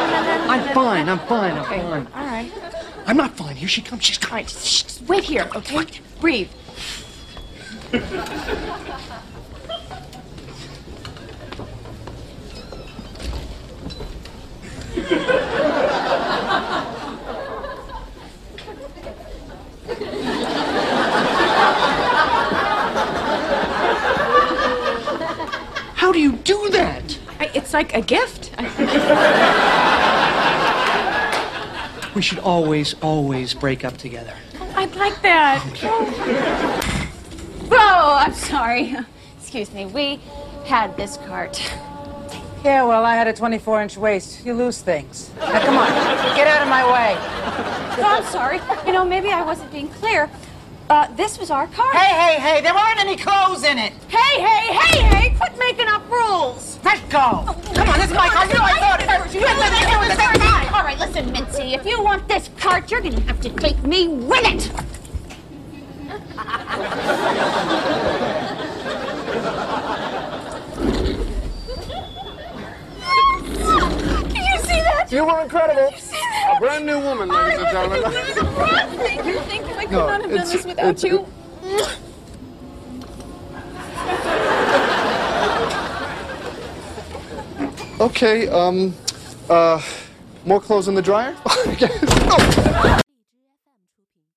I'm fine. I'm fine. I'm fine. All right. I'm not fine. Here she comes. She's All coming. right. Just, just wait here, okay? Breathe. How do you do that? I, it's like a gift. I, We should always, always break up together. I'd like that. Whoa, I'm sorry. Excuse me. We had this cart. Yeah, well, I had a 24 inch waist. You lose things. Now, come on, get out of my way. Oh, I'm sorry. You know, maybe I wasn't being clear. Uh, this was our cart. Hey, hey, hey, there aren't any clothes in it. hey, hey, hey, hey! Quit making up rules. Let go. Come on, this is my car. You know I thought it. You had nothing to do with this. All right, listen, Mitzi. If you want this cart, you're gonna have to take me with it. Did you see that? You were incredible. See that? A brand new woman, I ladies and wasn't gentlemen. giving you the wrong thing. You think I could No, not have done it's- this without it's- you? Okay, um, uh, more clothes in the dryer?